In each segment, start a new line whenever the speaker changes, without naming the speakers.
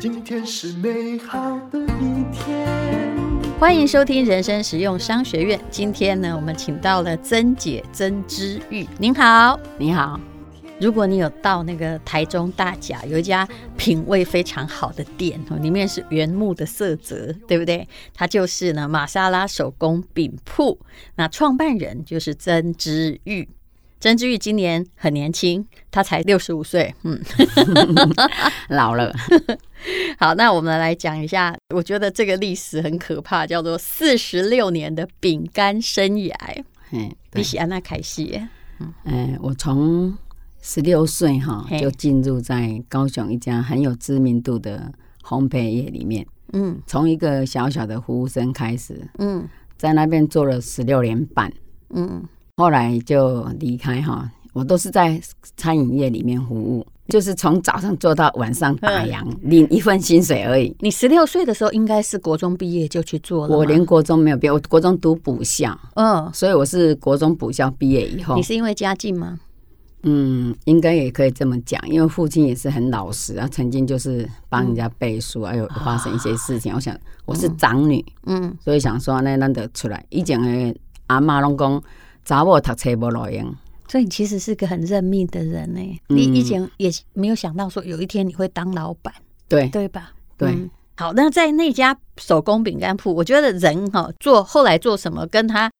今天是美好的一天。
欢迎收听人生实用商学院。今天呢，我们请到了曾姐曾之玉，您好。
你好，
如果你有到那个台中大甲有一家品味非常好的店哦，里面是原木的色泽，对不对？它就是呢玛莎拉手工饼铺，那创办人就是曾之玉。曾之玉今年很年轻，他才六十五岁，嗯，
老 了，
好，那我们来讲一下，我觉得这个历史很可怕，叫做四十六年的饼干生涯。
嗯，
比
对，
起安娜凯西耶，
嗯，我从十六岁哈
嘿
就进入在高雄一家很有知名度的烘焙业里面，
嗯
从一个小小的服务生开始，
嗯
在那边做了十六年半，
嗯
后来就离开哈，我都是在餐饮业里面服务，就是从早上做到晚上打烊，领一份薪水而已。
你十六岁的时候应该是国中毕业就去做了吗，
我连国中没有毕业，我国中读补校，
嗯，
所以我是国中补校毕业以后
你。是因为家境吗？
嗯，应该也可以这么讲，因为父亲也是很老实啊，曾经就是帮人家背书，还有发生一些事情。我想我是长女，
嗯
所以想说那咱得出来。以前的阿嬷拢讲，查某读册无路用，
所以你其实是个很认命的人呢、
嗯
你以前也没有想到说有一天你会当老板，
对
对吧？
对
嗯好，那在那家手工饼干铺，我觉得人哈、做后来做什么，跟他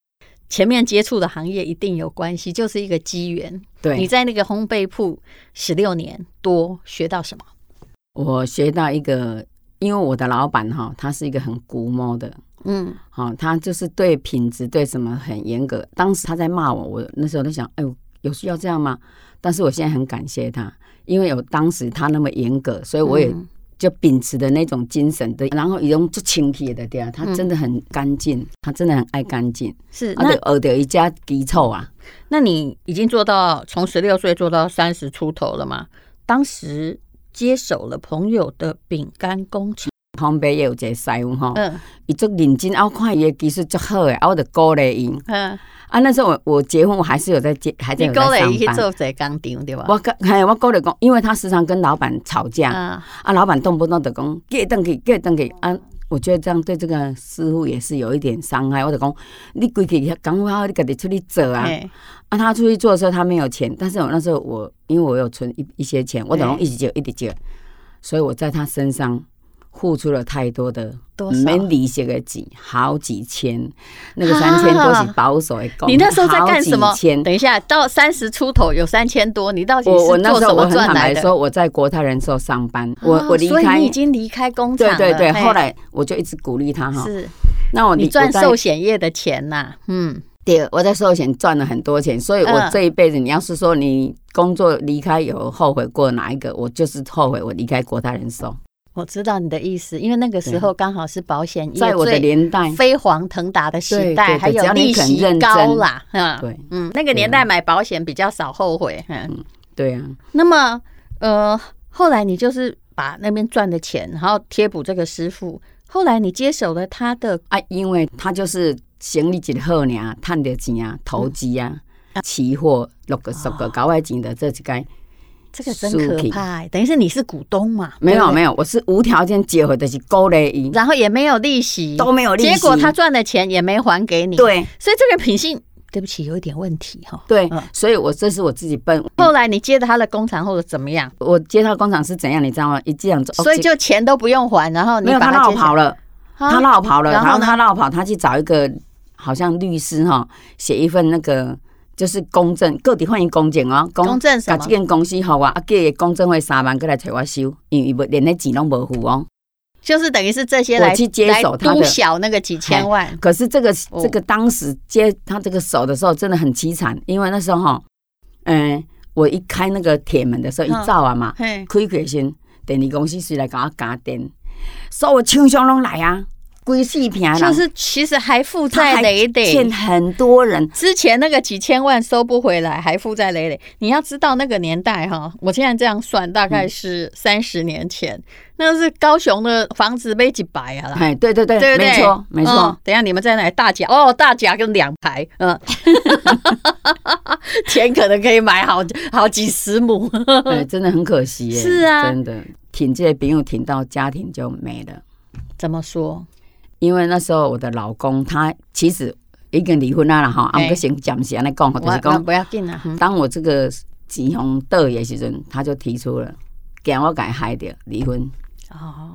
前面接触的行业一定有关系，就是一个机缘。你
对。
在那个烘焙铺十六年多，学到什么？
我学到一个，因为我的老板哈，他是一个很古摸的，
嗯
好、他就是对品质对什么很严格。当时他在骂我，我那时候在想，哎呦，有需要这样吗？但是我现在很感谢他，因为有当时他那么严格，所以我也
嗯
就秉持的那种精神的，然后伊种做清洁的对啊，他真的很干净，他真的很爱干净，
是
啊，
嗯那
就学到一家基础啊。
那你已经做到从十六岁做到三十出头了嘛？当时接手了朋友的饼干工厂，
旁边也有一个师傅吼，
嗯
伊足认真，啊，我看伊的技术足好诶，啊，我就鼓励伊。
嗯，
啊，那时候我我结婚，我还是有在接，还在
你
有在
勾了
上
去
班。
做这工厂对吧？
我跟嘿，我鼓励讲，因为他时常跟老板吵架，
啊，
啊，老板动不动就讲给登去，给登去啊。我觉得这样对这个师傅也是有一点伤害。我就讲，你规矩讲好，你家己出去做啊。
哎
啊，他出去做的时候他没有钱，但是我那时候我因为我有存一一些钱，我等于
对
一直借一直借，所以我在他身上付出了太多的，
多少？
没利息的几好几千，那个三千多是保守的 讲，
你那时候在干什么
好几？千
等一下，到三十出头有三千多，你到底
我我
是
那
做
时候
什
我
么
很
赚
坦
来
白
的？
说，我在国泰人寿上班，我
啊
我离
所以
开
你已，经离开工厂
对
了。
对对，
嘿
后来我就一直鼓励他哈。
是
那我离
你赚
我在
寿险业的钱呐、嗯，
对，我在寿险赚了很多钱，所以我
嗯
这一辈子，你要是说你工作离开有后悔过哪一个，我就是后悔我离开国泰人寿，
我知道你的意思，因为那个时候刚好是保险业
在我的
最
年代，
飞黄腾达的时
对
代，
对
还
对只
有
要
利
你肯
息
认
高
真
啦，嗯，
对啊
嗯，那个年代买保险比较少后悔。嗯，
对啊，
那么呃，后来你就是把那边赚的钱，然后贴补这个师傅。后来你接手了他的，
啊，因为他就是行李一好呢，赚着钱啊，
嗯
投机啊，期货六个十
哦
个搞外钱的这几个，
这个真
苏
可
婷
怕欸、等于是你是股东嘛？
没有
有，
没有，我是无条件结合的是勾勒一
然后也没有利息，
都没有利息，
结果他赚的钱也没还给你。，
对
所以这个品性，对不起，有一点问题哈、
对
嗯，
所以我这是我自己笨，
后来你接了他的工厂后怎么样？
我接他工厂是怎样，你知道吗？一这样子，
所以就钱都不用还，然后你
哦没有
把
他
它
绕
接
跑
下
了。
啊
他绕跑了，
然
然
后
后
呢
他绕跑，他去找一个好像律师哈、写一份那个就是公证，各地欢迎公证哦，
公证什
把
么
这？间公司给我，啊，叫伊公证会三万过来找我收，因为伊无连那钱拢无付哦。
就是等于是这些来
我去接手他
来
的
督小那个几千万。
可是这个
哦
这个当时接他这个手的时候真的很凄惨，因为那时候哈、嗯、我一开那个铁门的时候
嗯
一照啊嘛，
嘿，
开开先，电力公司谁来给我加电，所有厂商拢来啊，规四片人，
就是其实还负
他
债
还
累累
欠。很多人。
之前那个几千万收不回来，还负债累累。你要知道那个年代哈，我现在这样算大
嗯
概是三十年前，那是高雄的房子被几百啊啦，
哎，对对对，
对不对？
没错没错
嗯。等一下你们在哪里？大甲哦，大甲跟两排，嗯， 钱可能可以买好好几十亩。
哎，真的很可惜
嗯
耶。
是啊
真的挺这朋友挺到家庭就没了。
怎么说？
因为那时候我的老公他其实已经离婚了啦哈，啊，
哎
我先暂时安尼讲，就是
我我
讲
不，要紧啊，嗯
当我这个钱红倒的时阵，他就提出了，惊我改害掉离婚。
哦，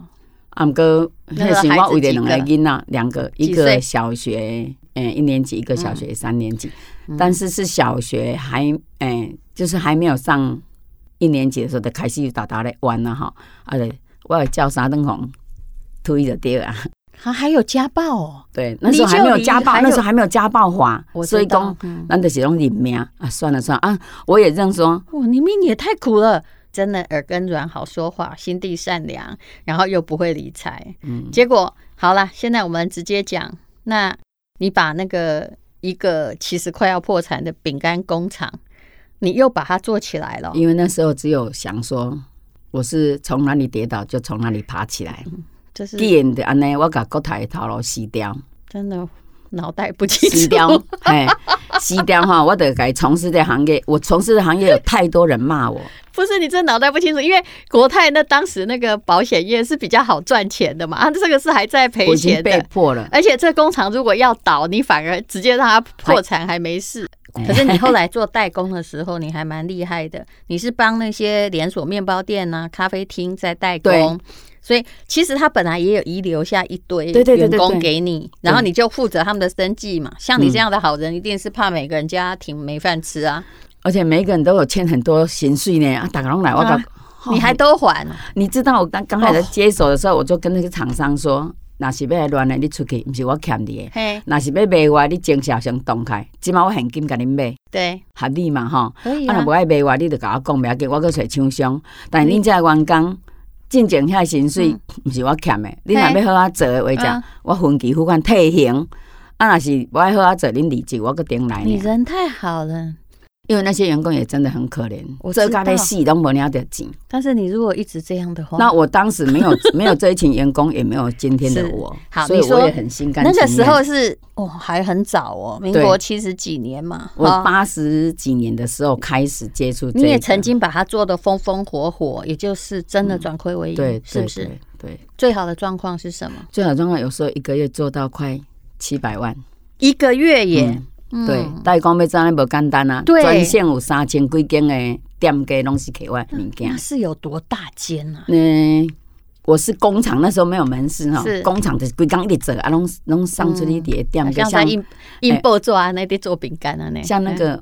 啊，毋过
那
迄
个
时
孩
我
子
为
几
了两个
个
囡仔，两个一
几岁
个小学诶、一年级，一个小学三年级，
嗯
但是是小学还诶、就是还没有上一年级的时候，就开始打打咧玩了吼，啊，就我有叫三灯红推着对啊，
还还有家暴哦，
对，那时候还没有家暴
你，就
那时候还没有家暴法，
我知
所以
道
讲。
嗯
咱就是拢认命啊，算了算了啊，我也这样说，
哇，你命也太苦了。真的耳根软，好说话，心地善良，然后又不会理财。
嗯，
结果好了，现在我们直接讲，那你把那个一个其实快要破产的饼干工厂，你又把它做起来了。
因为那时候只有想说，我是从哪里跌倒就从哪里爬起来，
这是
既然的安尼，我甲骨头的头路死 掉，
真的脑袋不清
死
楚。
掉，嘿，死掉哈！我得该从事这行业，我从事的行业有太多人骂我，
不是你这脑袋不清楚，因为国泰那当时那个保险业是比较好赚钱的嘛，啊，这个是还在
我
赔
已经
钱
被
的。
迫了。
而且这工厂如果要倒，你反而直接让它破产还没事。呃 可
哎
是你后来做代工的时候，你还蛮厉害的。你是帮那些连锁面包店呐、咖啡厅在代工，所以其实他本来也有遗留下一堆
对对对
员
对
工
对嗯
给你，然后你就负责他们的生计嘛。像你这样的好人，一定是怕每个人家庭没饭吃啊，
而且每一个人都有欠很多薪水呢，啊，打个拢来我搞、
啊
哦
你还都还。啊
你知道我刚刚开始接手的时候，我就跟那个厂商说，若是要来乱的，你出去，不是我欠你的。
嘿，
若是要卖我，你经销商动开，即马我现金甲你买，
对，
合理嘛吼？
可以
啊，若
啊嗯
无。爱卖我，你就甲我讲，袂要紧，我搁找厂商。但恁遮员工进前遐薪水，毋是我欠的，你若
嘿
要好啊做的话，
嗯
者我分期付款退还。啊，若是无爱好啊做，恁离职我搁顶来
你
呢。
人太好了，
因为那些员工也真的很可怜
我，
做
知
咖
道
啡死拢无领着钱。
但是你如果一直这样的话，
那我当时没有 没有这一群员工，也没有今天的
是
我，
好
所以
你说
我也很心甘
那
情
个
愿。
时候是哦，还很早哦，民国七十几年嘛。
我
哈
八十几年的时候开始接触、这
你也
个嗯
曾经把它做得风风火火，也就是真的转亏为盈，
对，
是
对
不是？？
对，对
最好的状况是什么？
最好状况有时候一个月做到快七百万，
一个月耶，嗯
对，代工要怎样无简单啊？
对
专线有三千几间的店家拢是客外物件
那。是有多大间啊？
嗯，我是工厂，那时候没有门市哈
是，
工厂就是规工一直做啊，拢拢送出去的店
好
家，
像在印印报做啊，那得做饼干啊，那
哎像那个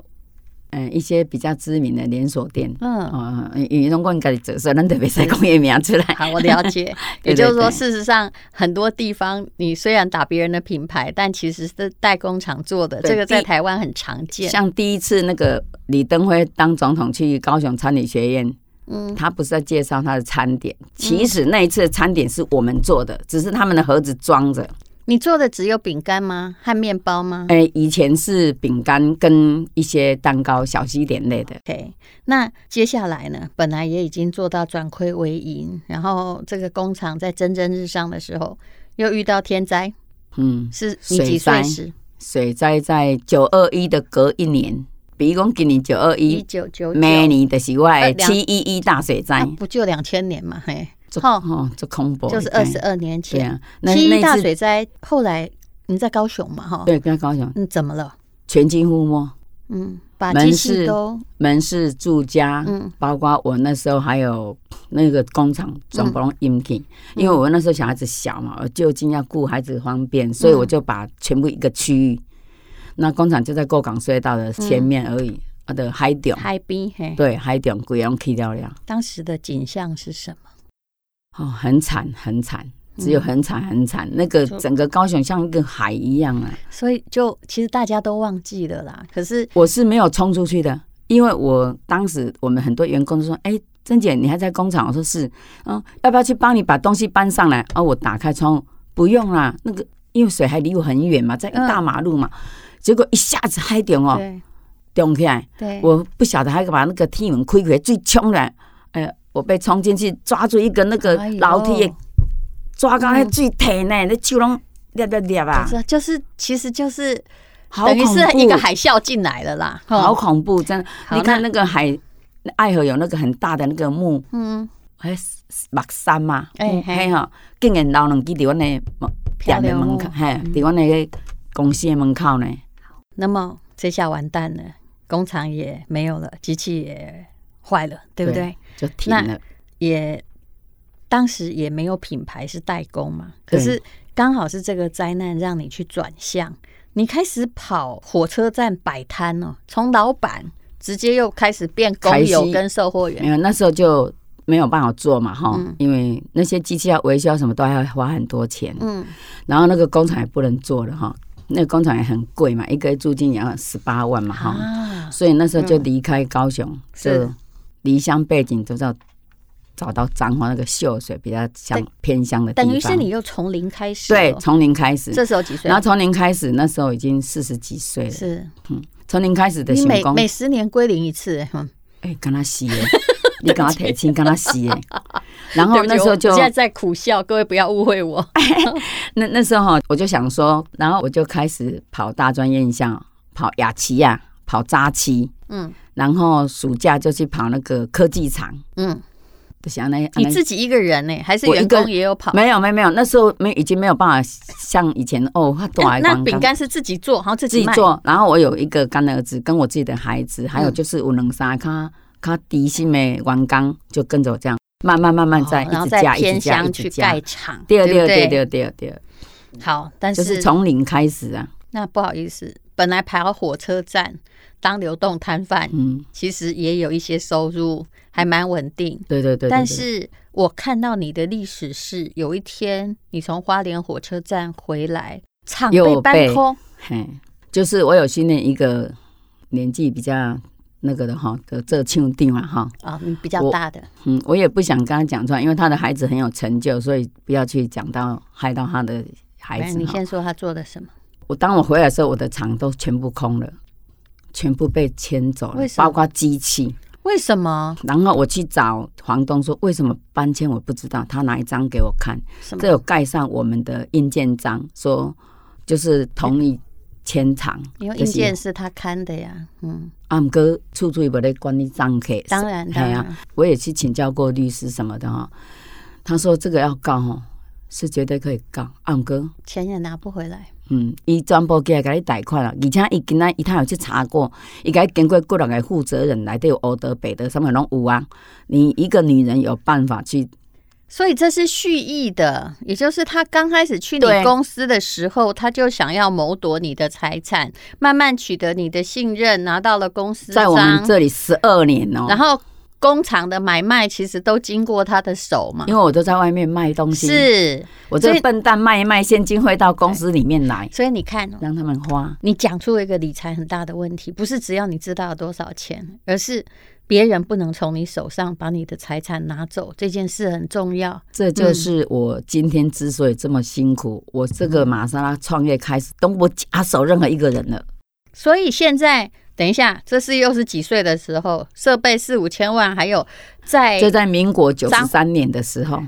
嗯一些比较知名的连锁店，
嗯，
哦，因为拢阮家己做，所以咱特别使讲伊名出来。
好，我了解。也
对对
就是说，
对
事实上很多地方你虽然打别人的品牌，但其实是代工厂做的，
对
这个在
第
台湾很常见。
像第一次那个李登辉当总统去高雄餐旅学院，
嗯，
他不是在介绍他的餐点，其实那一次的餐点是我们做的，只是他们的盒子装着。
你做的只有饼干吗？和面包吗？
哎、以前是饼干跟一些蛋糕、小西点类的。
OK，那接下来呢？本来也已经做到转亏为盈，然后这个工厂在蒸蒸日上的时候，又遇到天灾，
嗯，
是你几岁
水灾
时？
水灾在九二一的隔一年，比如讲今年九二
一
一，
九九九，
每年就是我
呃
的
两
七一一大水
那
灾，
不就两千年嘛？嘿，
做
吼
哦做恐怖的，
就是二十二年
对
前，
啊，那
七
那
一大
次
水灾。后来你在高雄嘛？哈，
对，跟高雄
嗯，怎么了？
全军覆没。
嗯，把
门
机器
市
都
门市住家，
嗯
包括我那时候还有那个工厂，全部拢引进。
嗯
因为我那时候小孩子小嘛，我就近要顾孩子方便，所以
嗯
我就把全部一个区域，那工厂就在过港隧道的前面而
嗯
已，啊的海顶，
嗨逼嘿。
对海顶鬼拢去掉了，
当时的景象是什么？
哦，很惨很惨。只有
嗯
很惨很惨，那个
就
整个高雄像一个海一样啊！
所以就其实大家都忘记了啦。可是
我是没有冲出去的，因为我当时我们很多员工都说：“哎、珍姐，你还在工厂？”我说：“是。”嗯，要不要去帮你把东西搬上来？哦，我打开窗户，不用啦，那个因为水还离我很远嘛，在一大马路嘛。结果一下子海中哦，
嗯对
中起来，
对，
我不晓得还把那个梯门开开，最冲来，哎、我被冲进去，抓住一个那个
哎呦
楼梯的，抓到那
嗯
最提呢，那手拢裂裂裂啊
我知！道，就是其实就是
好
等于是
恐怖
一个海啸进来了啦。吼
好恐怖，真的。
好
你看
那
那个海，爱河有那个很大的那个木，
嗯，
还目山嘛，
哎
嗯
嘿
嘿吼，竟然留两支伫阮的门
漂
店
流哦
的门
木嗯
口，嘿，伫阮的公司的门口呢。
那么这下完蛋了，工厂也没有了，机器也坏了，对不对？
就停了，
也当时也没有品牌是代工嘛，
对
可是刚好是这个灾难让你去转向，你开始跑火车站摆摊哦，从老板直接又开始变工
开始
友跟售货
没
员，
有那时候就没有办法做嘛，哈
嗯，
因为那些机器要维修什么都还要花很多钱，
嗯，
然后那个工厂也不能做了哈，那个工厂也很贵嘛，一个月租金也要十八万嘛，哈，
啊，
所以那时候就离开高雄，
是
就离乡背景，就到找到彰化那个秀水比较乡
等
偏乡的地方，
等于是你又从零开始了，
对从零开始，
这时候几岁
然后？从零开始，那时候已经四十几岁了。
是
从零开始的
你
成
每
功，
每十年归零一次，嗯哼
哎，跟他洗耶， 你跟他提亲，跟他洗 耶。然后
对不
那
起
时候
我
就哎
现在在苦笑，各位不要误会我，
那那时候哈我就想说，然后我就开始跑大专院校，跑雅琪亚，跑扎旗，
嗯
然后暑假就去跑那个科技厂，
嗯，
就想那
你
那
自己一个人呢，还是
我一
员
个
工也有跑？
没有没有没有，那时候没已经没有办法像以前哦，他多
那
来
哎那饼干是自己做，然后自
自己
卖，
做，然后我有一个干儿子，跟我自己的孩子，还有
嗯
就是我两三卡卡低薪的员工，就跟着我这样慢慢慢慢再
哦然
一
后
直
再
加，一
偏
直加，一
乡
直
去
加
盖。厂，
对
不
对对对对对，
好，但
就是是从零开始啊，
那不好意思，本来排到火车站当流动摊贩，
嗯，
其实也有一些收入，还蛮稳定。
对对对。对
但
对
是我看到你的历史是，有一天你从花莲火车站回来，厂被
又
搬
被
空，
嘿，就是我有训练一个年纪比较那个的哈的这庆定啊哈，
啊，你比较
我
大的，
嗯，我也不想跟他讲出来，因为他的孩子很有成就，所以不要去讲到害到他的孩
来
子。
你
哈
先说他做了什么？
我当我回来的时候，我的厂都全部空了，全部被迁走了
为，什么
包括机器。
为什么？
然后我去找房东说，为什么搬迁我不知道，他拿一张给我看，
什
这
么？
有盖上我们的印鉴章，说就是同意迁厂。
因为
就
嗯硬
是
件是他看的呀，嗯，
啊，毋过处处无咧管你账客。
当然，
嘿
当
啊
然，
我也去请教过律师什么的哈、他说这个要告吼，是绝对可以告。啊，毋过
钱也拿不回来。
嗯，伊全部起来甲你贷款啊，而且伊今仔伊他有去查过，伊甲你经过个人的负责人内底有黑德北德什么拢有啊。你一个女人有办法去
所以这是蓄意的，也就是他刚开始去
对
你公司的时候，他就想要谋夺你的财产，慢慢取得你的信任，拿到了公司
在我们
章，
这里十二年哦、
然后工厂的买卖其实都经过他的手嘛
因，为我都在外面卖东西，
是，
我这
所
个
以
笨蛋卖一卖，现金会到公司里面来，
所以你看哦、
让他们花。
你讲出一个理财很大的问题，不是只要你知道多少钱，而是别人不能从你手上把你的财产拿走，这件事很重要。
这就是我今天之所以这么辛苦，我这
嗯
个玛莎拉创业开始都不假手任何一个人了。
所以现在，等一下，这是又是几岁的时候，设备四五千万，还有在
就在民国九
哎张
十三年的时候，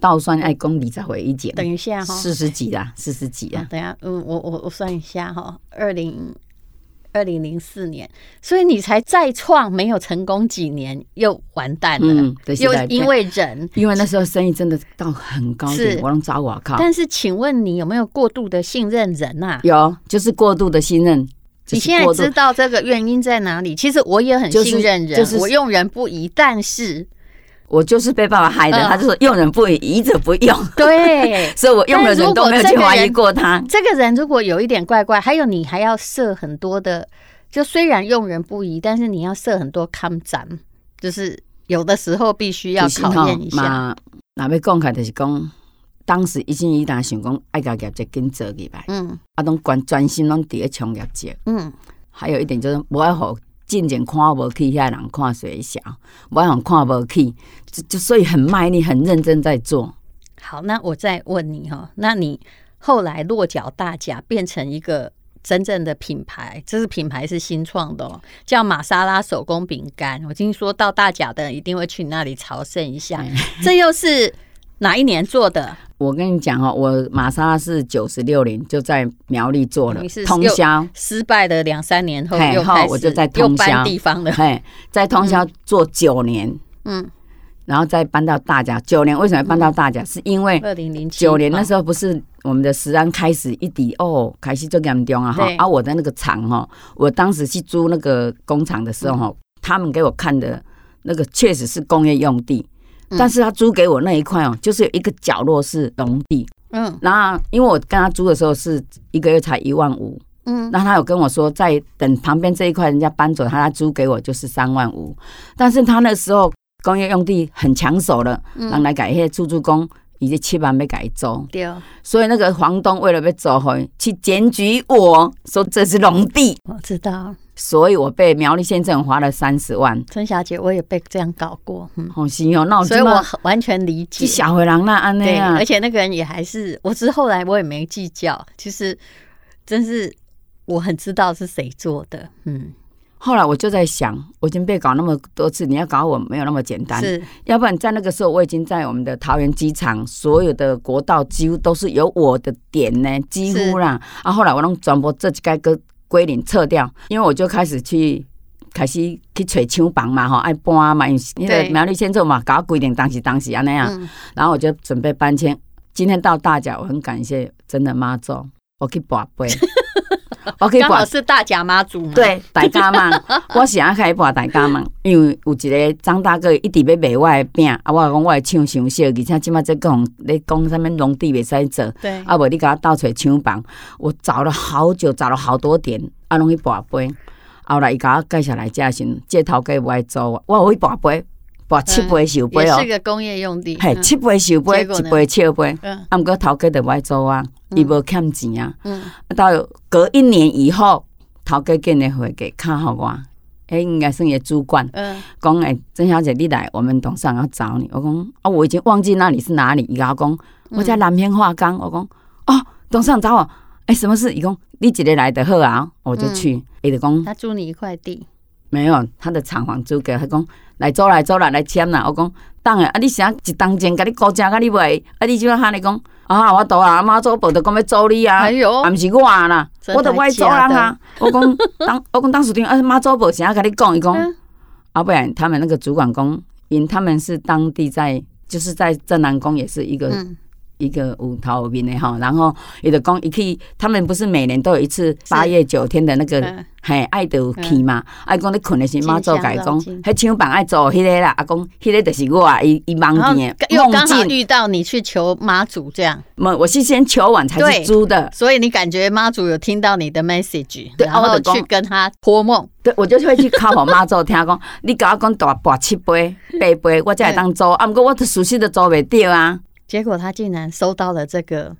倒算爱公里才回一减，
等一下哈、
四十几啦，四十几
啊
啦，
等一下，哦嗯，我我我算一下哈、二零二零零四年，所以你才再创没有成功几年，又完蛋了，
嗯就是
又
在
因为人。
因为那时候生意真的到很高点，
是
我能找我靠，
但是，请问你有没有过度的信任人啊？
有就是过度的信任，就
你
是
现在
过度
知道这个原因在哪里？其实我也很
就是
信任人，
就是
我用人不疑，但 是
我就是被爸爸害的，
嗯
他就说用人不疑，疑者不用，
对
所以我用了人都没有去怀疑过他。
这个人如果有一点怪怪，还有你还要设很多的，就虽然用人不疑，但是你要设很多抗战，就是有的时候必须要考验一
哦就是吼
下。
嘛，若要讲起来就是讲，当时一心一意打想讲爱甲业绩紧做起来，
嗯
啊，拢专专心拢伫咧冲业绩。
嗯，
还有一点就是无爱互进前看无起遐人看水小，无爱互看无起，就就所以很卖力、很认真在做。
好，那我再问你哈，那你后来落脚大甲，变成一个真正的品牌，这是品牌是新创的哦，叫玛莎拉手工饼干。我听说到大甲的人一定会去你那里朝圣一下，这又是哪一年做的？
我跟你讲哈、哦，我玛莎拉是九十六年就在苗栗做了
你是
通
又
宵，
失败的两三年后
嘿
又
后
开始
我就在
又
通宵
搬地方 了，
嘿，在通宵做九年，
嗯，
然后再搬到大甲。九年为什么要搬到大甲？是因为
二零零七
九年那时
候，
候不是我们的食安开始一底哦，开始就严重啊哈
对。
啊，我的那个厂哈，我当时去租那个工厂的时候
嗯
哈，他们给我看的那个确实是工业用地，
嗯
但是他租给我那一块哦，就是有一个角落是农地。
嗯
那因为我跟他租的时候是一个月才一万五，
嗯，
那他有跟我说，在等旁边这一块人家搬走，他来租给我就是三万五，但是他那时候工业用地很抢手了，
嗯
人来改迄出租工。已经七万要改租，
对，
所以那个房东为了要走回去检举我说这是农地，
我知道，
所以我被苗栗县政府罚了三十万。
陈小姐，我也被这样搞过，嗯，
好、是哦，那我
所以我很完全理解。
去小回人那安那
对，
啊
而，且那个人也还是，我是后来我也没计较，就是真是我很知道是谁做的，嗯，
后来我就在想，我已经被搞那么多次，你要搞我没有那么简单。
是
要不然在那个时候，我已经在我们的桃园机场，所有的国道几乎都是有我的点呢，几乎啦。啊，后来我弄转播这几该个归零撤掉，因为我就开始去开始去找厂房嘛，吼，爱搬嘛，因为那
对
个苗栗县政府嘛，搞规定当时当时安尼啊。
嗯，
然后我就准备搬迁。今天到大甲，我很感谢真的妈祖，我去跋 杯，我去
刚好
跋
是大甲妈祖嘛，，
对，大 家嘛，我是爱开播大家嘛，因为有一个张大哥一直要卖我的饼，啊，我讲我的厂伤小，而且即马在讲咧讲啥物农地袂使做，
对，
啊，无你甲我倒找厂房，我找了好久，找了好多点，啊，拢去跋杯。后来伊甲我介绍来遮的时阵，这头家无爱租我，我有去跋杯，跋七杯寿
嗯也
杯哦
是，个工业用地，
嘿，
嗯
七杯寿杯，
结果
一
呢
杯笑杯。
嗯
啊，毋过头家就无爱租我，伊无欠钱啊。
嗯，
到隔一年以后，头家建的会计敲互我，迄应该算伊的主管，
嗯，
讲哎诶，曾小姐你来，我们董事长要找你。我讲啊，我已经忘记那里是哪里。伊甲我讲，我在南平化工。我讲哦，董事长找我，诶、什么事？伊讲你一个来就好啊，我就去。伊、就讲
他租你一块地，
没有，他的厂房租给他讲来租来租来来签啦。我讲当然啊，你啥一当钱甲你高价甲你卖，啊你就要喊你讲啊，我倒啊，妈祖婆就讲要租你啊。
哎呦
啊，，毋是我啦，
真
我都不爱做人
还假
啊。 我讲当，我讲当时长，啊，妈祖婆啥甲你讲，伊讲
嗯，
啊，不然他们那个主管讲，因他们是当地在，就是在镇南宫也是一个、
嗯，
一个有头有面的吼，然后伊就讲，伊去，他们不是每年都有一次八月九天的那个。
嗯
嘿，爱就去嘛，爱讲你困的时候，
金
妈祖
香
甲伊
绕
讲，
境
迄厂房爱做迄个啦，啊，讲迄个就是我，啊，伊伊梦
然后
见的
又刚
梦
好
境，
遇到你去求妈祖这样，
没我是先求完才
对
是租的，
所以你感觉妈祖有听到你的 message，
对
然
啊我
后
就讲
去跟他托梦，
对，我就会去靠我妈做，听讲 你甲我讲大跋七杯、八杯，我才会当
嗯
做。啊，毋过我熟悉都做袂到啊。
结果他竟然收到了这个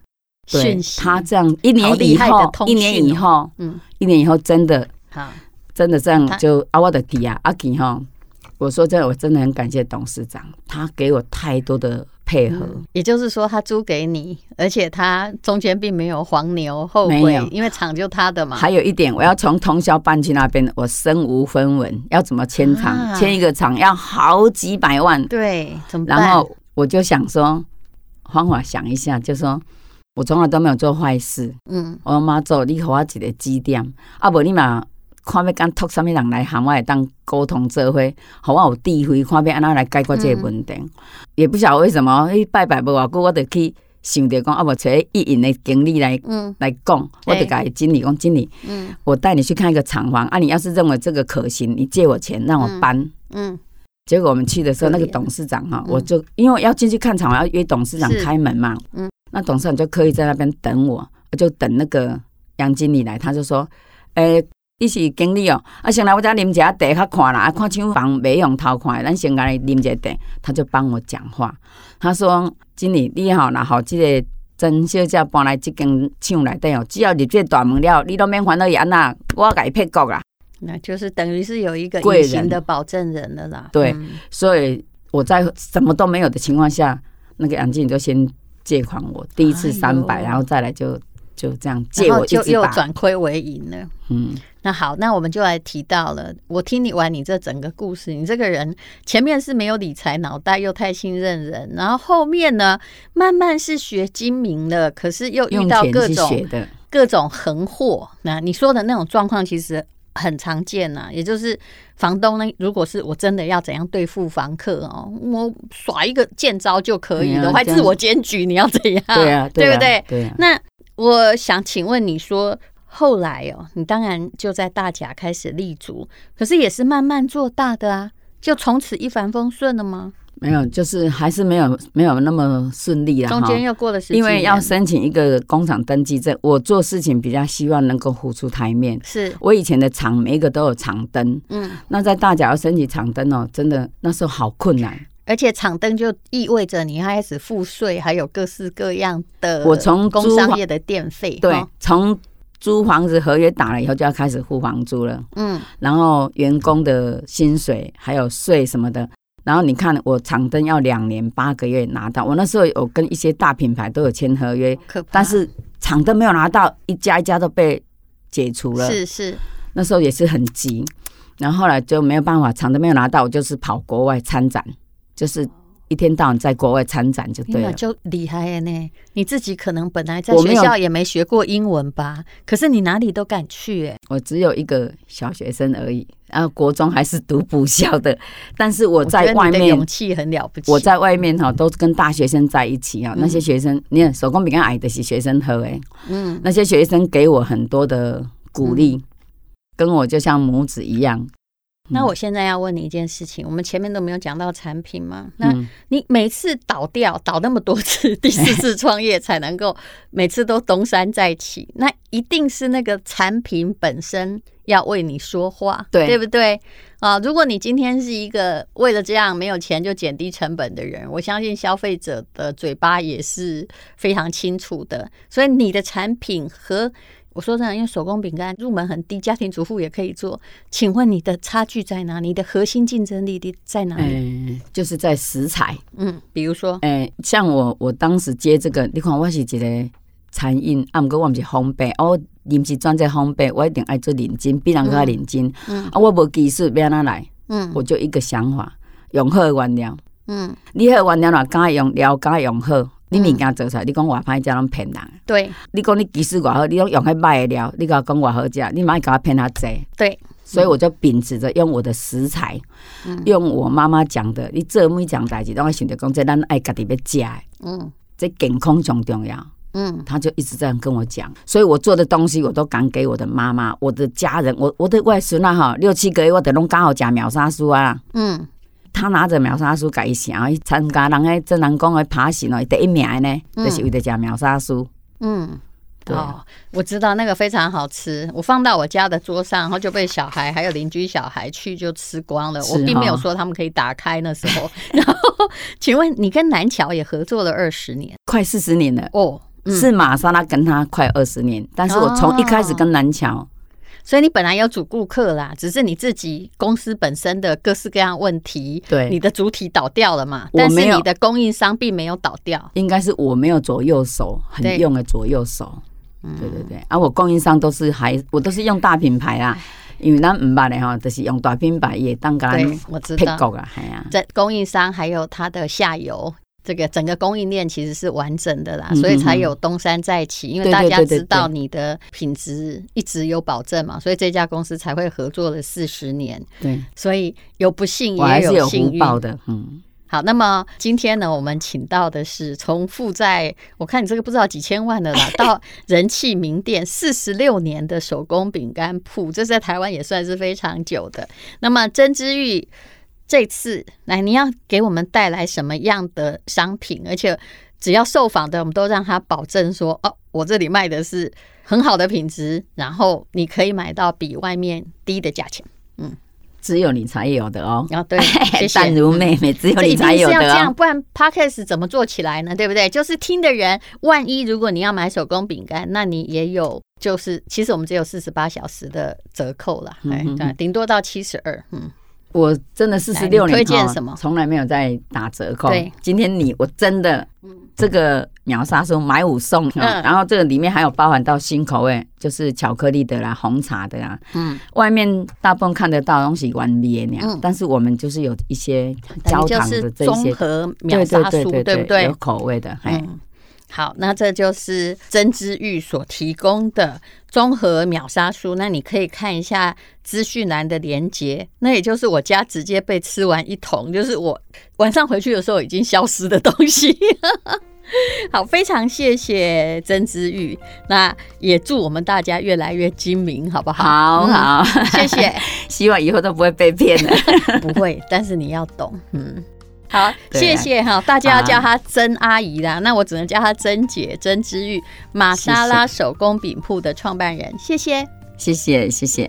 对
讯，息，
他这样一
好
年
厉
以
害的
后，
通
一
讯哦
年以后，
嗯，
一年以后，真的
好，
真的这样
他
就啊，我的去啊，啊去吼。我说真的，我真的很感谢董事长，他给我太多的配合。
也就是说，他租给你，而且他中间并没有黄牛后
没
悔
有，
因为厂就他的嘛。
还有一点，我要从通宵搬去那边，我身无分文，要怎么签
啊
厂？签、一个厂要好几百万，
对，怎么办？
然后我就想说，方法想一下，就说我从来都没有做坏事。
嗯，
我妈做，你给我一个指点，啊无你嘛，看要敢托什么人来喊我会当沟通做伙，互我有智慧，看要安怎来解决这个问题。也不晓得为什么，迄拜拜无偌久，我就去想着讲，啊无找意淫的经理来。
嗯
来讲，我就
对
甲伊经理讲，经理，
嗯
我带你去看一个厂房啊，你要是认为这个可行，你借我钱让我
嗯
搬。
嗯，
结果我们去的时候，
可
那
怜
个董事长哈、
嗯
我就因为要进去看场，我要约董事长
是
开门嘛，
嗯
那董事长就刻意在那边等我，就等那个杨经理来，他就说，诶、你是经理哦，啊，先来我家啉一下茶，较看啦，啊，看厂房袂用偷看的，咱先来啉一下茶。他就帮我讲话，他说，经理，你好，然后这个曾小姐搬来这间厂内底哦，只要入这大门了，你都免烦恼伊安那，我甲伊配角啦。
那就是等于是有一个
贵
隐
人
形的保证人了啦。
对
嗯
所以我在什么都没有的情况下，那个杨经理就先借款我第一次
哎呦
三百、然后再来就就这样借
然
我
后
一
就
直
又
把，
转亏为盈了。
嗯，
那好，那我们就来提到了，我听你完你这整个故事，你这个人前面是没有理财脑袋，又太信任人，然后后面呢，慢慢是学精明了，可是又遇
用
到
钱
各
去学
种
的，
各种横祸。那你说的那种状况其实很常见呐、也就是房东呢，如果是我真的要怎样对付房客哦，我耍一个剑招就可以
对
了，
啊
还
这
自
样
我检举，你要怎样？
对啊，
嗯对
啊
不对？
对啊，
那我想请问你说，后来哦，你当然就在大甲开始立足，可是也是慢慢做大的啊，就从此一帆风顺了吗？
没有，就是还是没有没有那么顺利啦。
中
哈
间又过了十几
因
年，
为要申请一个工厂登记证，我做事情比较希望能够浮出台面。
是
我以前的厂每一个都有厂灯，
嗯，
那在大甲要申请厂灯哦，真的那时候好困难。
而且厂灯就意味着你要开始付税，还有各式各样的
我从
工
租
商
房
业的电费，
对
哈，
从租房子合约打了以后就要开始付房租了，
嗯，
然后员工的薪水还有税什么的。然后你看，我长灯要两年八个月拿到，我那时候有跟一些大品牌都有签合约，
可怕，
但是长灯没有拿到，一家一家都被解除了。
是是
那时候也是很急，然后后来就没有办法，长灯没有拿到，我就是跑国外参展，就是一天到晚在国外参展就对
天哪，哎
了。
就厉害了呢！你自己可能本来在
我
学
没有
校也没学过英文吧，可是你哪里都敢去、哎，
我只有一个小学生而已，然后国中还是读补校的， 但是我
我觉得
在
你
外
的
面
勇，气很了不起。
我在外面哈都跟大学生在一起啊，
嗯
那些学生，你看手工饼干矮的是学生喝哎，
嗯，
那些学生给我很多的鼓励，跟我就像母子一样。
那
嗯
我现在要问你一件事情，我们前面都没有讲到产品嘛？那
嗯
你每次倒掉倒那么多次，第四次创业才能够每次都东山再起，那一定是那个产品本身要为你说话，
对
对不对？啊，如果你今天是一个为了这样没有钱就减低成本的人，我相信消费者的嘴巴也是非常清楚的。所以你的产品和我说真的，因为手工饼干入门很低，家庭主妇也可以做。请问你的差距在哪？你的核心竞争力的在哪里？
嗯，就是在食材，
哎嗯，比如说，
诶、像我我当时接这个，你看我是一个餐饮，啊，毋过我毋是烘焙，哦，临时转在烘焙，我一定爱做认真，比人较认真。
嗯
啊，我无技术要安怎来？
嗯
我就一个想法，用好的原料，
嗯，
你好的原料若敢用料，敢用好，你物件做出来，你讲偌歹食拢骗人。
对
你讲你技术偌好，你讲用迄歹的料，你甲我讲偌好食，你嘛爱甲我骗较济。
对，
所以我就秉持着用我的食材，
嗯
用我妈妈讲的，你做每一件代志，拢爱想着讲，这咱爱家己要食的。
嗯
这健康最重要。
嗯
他就一直这样跟我讲，所以我做的东西我都敢给我的妈妈、我的家人、我我的外孙啊哈，六七个月我得拢刚好食秒杀酥啊。
嗯，
他拿着秒杀酥家己写，伊参加人诶真人讲诶爬行哦，第一名的呢，
嗯
就是为了食秒杀酥。
嗯，
对
哦，
啊
我知道那个非常好吃，我放到我家的桌上，然后就被小孩还有邻居小孩去就吃光了。
是
我并没有
哈
说他们可以打开那时候。 然后，请问你跟南桥也合作了二十年
快四十年了，
哦，嗯，
是玛莎拉跟他快二十年，但是我从一开始跟南桥，
所以你本来有主顾客啦，只是你自己公司本身的各式各样问题，你
对，
的主体倒掉了嘛，
我
但是
没有
你的供应商并没有倒掉。
应该是我没有左右手，
对
很用的左右手。
哦嗯
对对对，啊，我供应商都是还我都是用大品牌啦，
嗯
因为咱唔捌的吼，就是用大品牌也当甲咱
对，我知
配
道。
角啊，系啊，
在供应商还有它的下游。这个整个供应链其实是完整的啦，
嗯
所以才
嗯嗯
有东山再起。因为
对
大
对
家
对对
知道你的品质一直有保证嘛，所以这家公司才会合作了四十年。
对
所以有不幸
我还
也
是有
幸
福
运。
报的，嗯，
好，那么今天呢，我们请到的是从负债，我看你这个不知道几千万的啦，到人气名店四十六年的手工饼干铺，这在台湾也算是非常久的。那么曾之玉这次来，你要给我们带来什么样的商品？而且只要受访的，我们都让他保证说，哦，我这里卖的是很好的品质，然后你可以买到比外面低的价钱。
只有你才有的哦，
然后对， 谢谢。
淡如妹妹，只有
这一
你
定
才
是
有
要这
的
样，
哦，
不然 podcast 怎么做起来呢？对不对？就是听的人，万一如果你要买手工饼干，那你也有，就是其实我们只有四十八小时的折扣啦，哎、
嗯哼
对，顶多到七十二，嗯，
我真的四十六
来
年
你推荐
哈
什么
从来没有在打折扣。
对，
今天你我真的这个秒杀说买五送哈，
嗯
然后这个里面还有包含到新口味，就是巧克力的啦、红茶的啦。
嗯，
外面大部分看得到的东西完灭那
嗯
样，但是我们就是有一些
等
焦
于就
糖
是
的这一
综
些，
合秒杀
对
术，不
有口味的，哎，
嗯，好，那这就是曾之玉所提供的综合秒杀书。那你可以看一下资讯栏的连接，那也就是我家直接被吃完一桶，就是我晚上回去的时候已经消失的东西。 好，非常谢谢曾之玉，那也祝我们大家越来越精明，好不好？
好
嗯，
好，
谢谢。
希望以后都不会被骗了。
不会，但是你要懂，嗯。好，
对
谢
啊
谢哈，大家要
好
叫她曾阿姨啦，那我只能叫她曾姐、曾之玉，玛莎拉手工饼铺的创办人，谢谢。
谢谢，谢谢。